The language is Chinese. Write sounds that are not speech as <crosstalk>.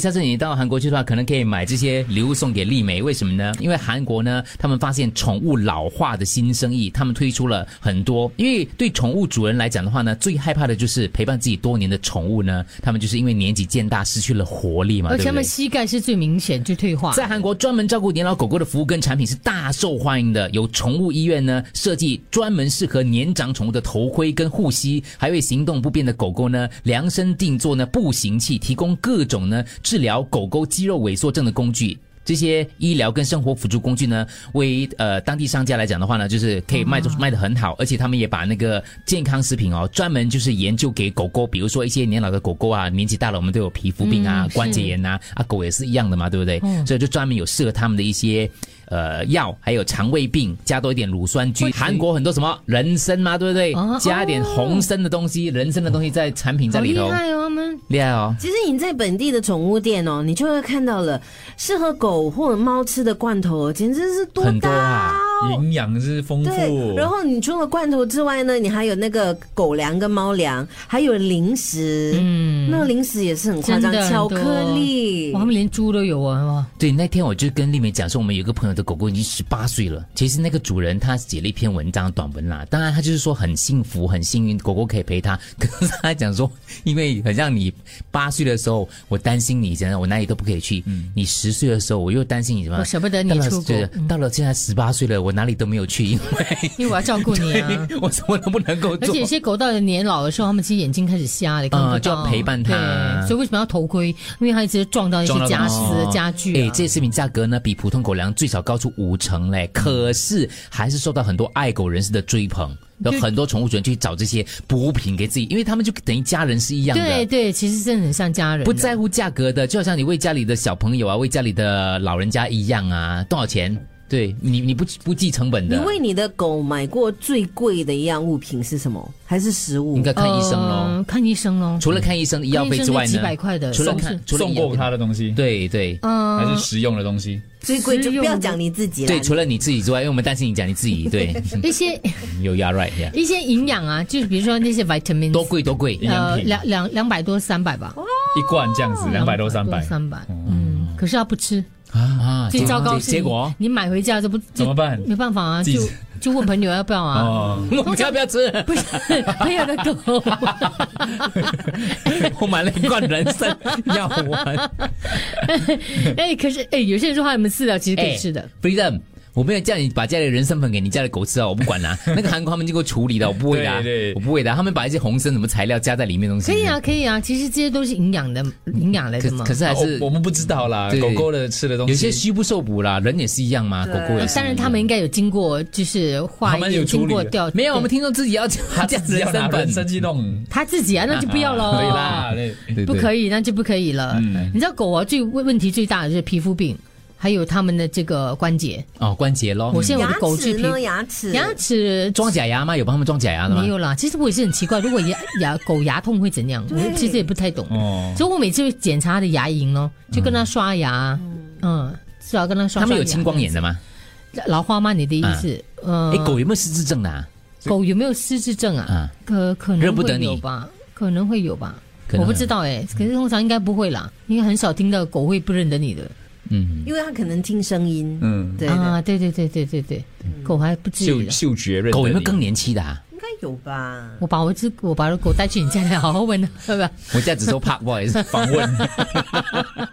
下次你到韩国去的话，可能可以买这些礼物送给丽梅，为什么呢？因为韩国呢，他们发现宠物老化的新生意，他们推出了很多。因为对宠物主人来讲的话呢，最害怕的就是陪伴自己多年的宠物呢，他们就是因为年纪渐大失去了活力嘛，而对且他不们对？膝盖是最明显最退化。在韩国专门照顾年老狗狗的服务跟产品是大受欢迎的，有宠物医院呢设计专门适合年长宠物的头盔跟护膝，还为行动不便的狗狗呢量身定做呢步行器，提供各种呢治疗狗狗肌肉萎缩症的工具。这些医疗跟生活辅助工具呢，为呃当地商家来讲的话呢，就是可嗯以卖出卖的很好，而且他们也把那个健康食品哦，专门就是研究给狗狗，比如说一些年老的狗狗啊，年纪大了我们都有皮肤病啊、嗯是关节炎呐、啊，狗也是一样的嘛，对不对？嗯所以就专门有适合他们的一些呃药，还有肠胃病，加多一点乳酸菌。会韩国很多什么人参嘛，对不对？啊哦加一点红参的东西，人参的东西在产品在里头好厉，害哦，他们。厉害哦。其实你在本地的宠物店哦，你就会看到了适合狗或者猫吃的罐头，简直是多很多大啊哦营养是丰对，富，然后你除了罐头之外呢，你还有那个狗粮跟猫粮，还有零食，嗯，那个零食也是很夸张真的，很巧多克力哇，他们连猪都有啊！哇对，那天我就跟丽梅讲说，我们有一个朋友的狗狗已经十八岁了。其实那个主人他写了一篇文章短文啦，当然他就是说很幸福、很幸运，狗狗可以陪他。 <laughs> 可是他讲说，因为很像你八岁的时候，我担心你，现在我哪里都不可以去；你十岁的时候，我又担心你什么？嗯我舍不得你到了出国对嗯到了现在十八岁了，我哪里都没有去，因为因为我要照顾 <laughs> 你啊。我什么都不能够而做。且有些狗到了年老的时候，它们其实眼睛开始瞎了，看不到。嗯就要陪伴它对，所以为什么要头盔？因为它一直撞到一些撞到家东私西、家具、哎、啊。这些食品价格呢，比普通狗粮最少高出五成嘞，嗯可是还是受到很多爱狗人士的追捧，有就很多宠物主人去找这些补品给自己，因为他们就等于家人是一样对的。对，其实真的很像家人。啊不在乎价格的，就好像你为家里的小朋友啊，为家里的老人家一样啊，多少钱？对你，你不不计成本你的，为你的狗买过最贵的一样物品是什么？还是食物应？该看医生喽。呃看医生喽。除了看医生的医药费之外看呢，医生就几百块的除了送看是除了送医药过费它的东西，对对嗯，还是实用的东西，最贵就食不用要的讲你自己了，对，除了你自己之外，因为我们担心你讲你自己，对， <laughs> 一些有 y o right，yeah 一些营养啊，就是比如说那些 vitamin，多贵多 <laughs> 贵，营养呃，品两两两百多三百吧，一罐这样子，哦两百多三百，三百，哦嗯，可是他不吃，啊，最糟糕是结你果你买回家都不怎么就办？没办法啊，自己就就问朋友要不要 <laughs> 啊？哦，我们要不要吃？ <laughs> 不是朋友的狗，我买了一罐人参药丸。 <laughs> 哎，可是哎，有些人说他们饲料其实可以哎吃的， Freedom，我没有叫你把家里的人参粉给你家的狗吃啊，我不管啦、那个韩国他们经过处理的，我不会的啊、对对我不会的啊、他们把一些红参什么材料加在里面的东西。可以啊，可以啊，其实这些都是营养的，营养来可的嘛可。是还是啊我我们不知道啦对，狗狗的吃的东西，有些虚不受补啦，人也是一样嘛，狗对狗也呃是。当然，他们应该有经过，就是化他们有验，处理经过的掉。没有，我们对听众自己要加它加只人要拿参粉人，参去弄，他自己啊，那就不要 <laughs> 了。对啦，对对不可以，那就不可以了。你知道狗啊，最问问题最大的就是皮肤病，还有它们的这个关节。哦，关节咯。我现在我牙的狗齿是皮呢？牙齿，牙齿装假牙吗？有帮他们装假牙的吗？没有啦。其实我也是 <laughs> 很奇怪，如果牙牙狗牙痛会怎样？对我其实也不太懂。嗯哦，所以我每次会检查它的牙龈咯，就跟它刷牙，嗯，至少跟它刷。他们有青光眼的吗？刷牙老花吗？你的意思？哎、呃，狗有没有失智症的、啊？狗有没有失智症啊？啊，可可能认不会得你有吧，可能会有吧。可能嗯我不知道哎，可是通常应该不会啦，因为很少听到狗会不认得你的。嗯，因为它可能听声音，嗯，对的，啊，对对对对对对，狗还不至于嗅的。嗅觉认得嗯狗有没有你更年期的、啊？应该有吧。我把我一只 <laughs> 我把我的狗带去你家里好好问它，不不。我家只收 Park Boys 访问？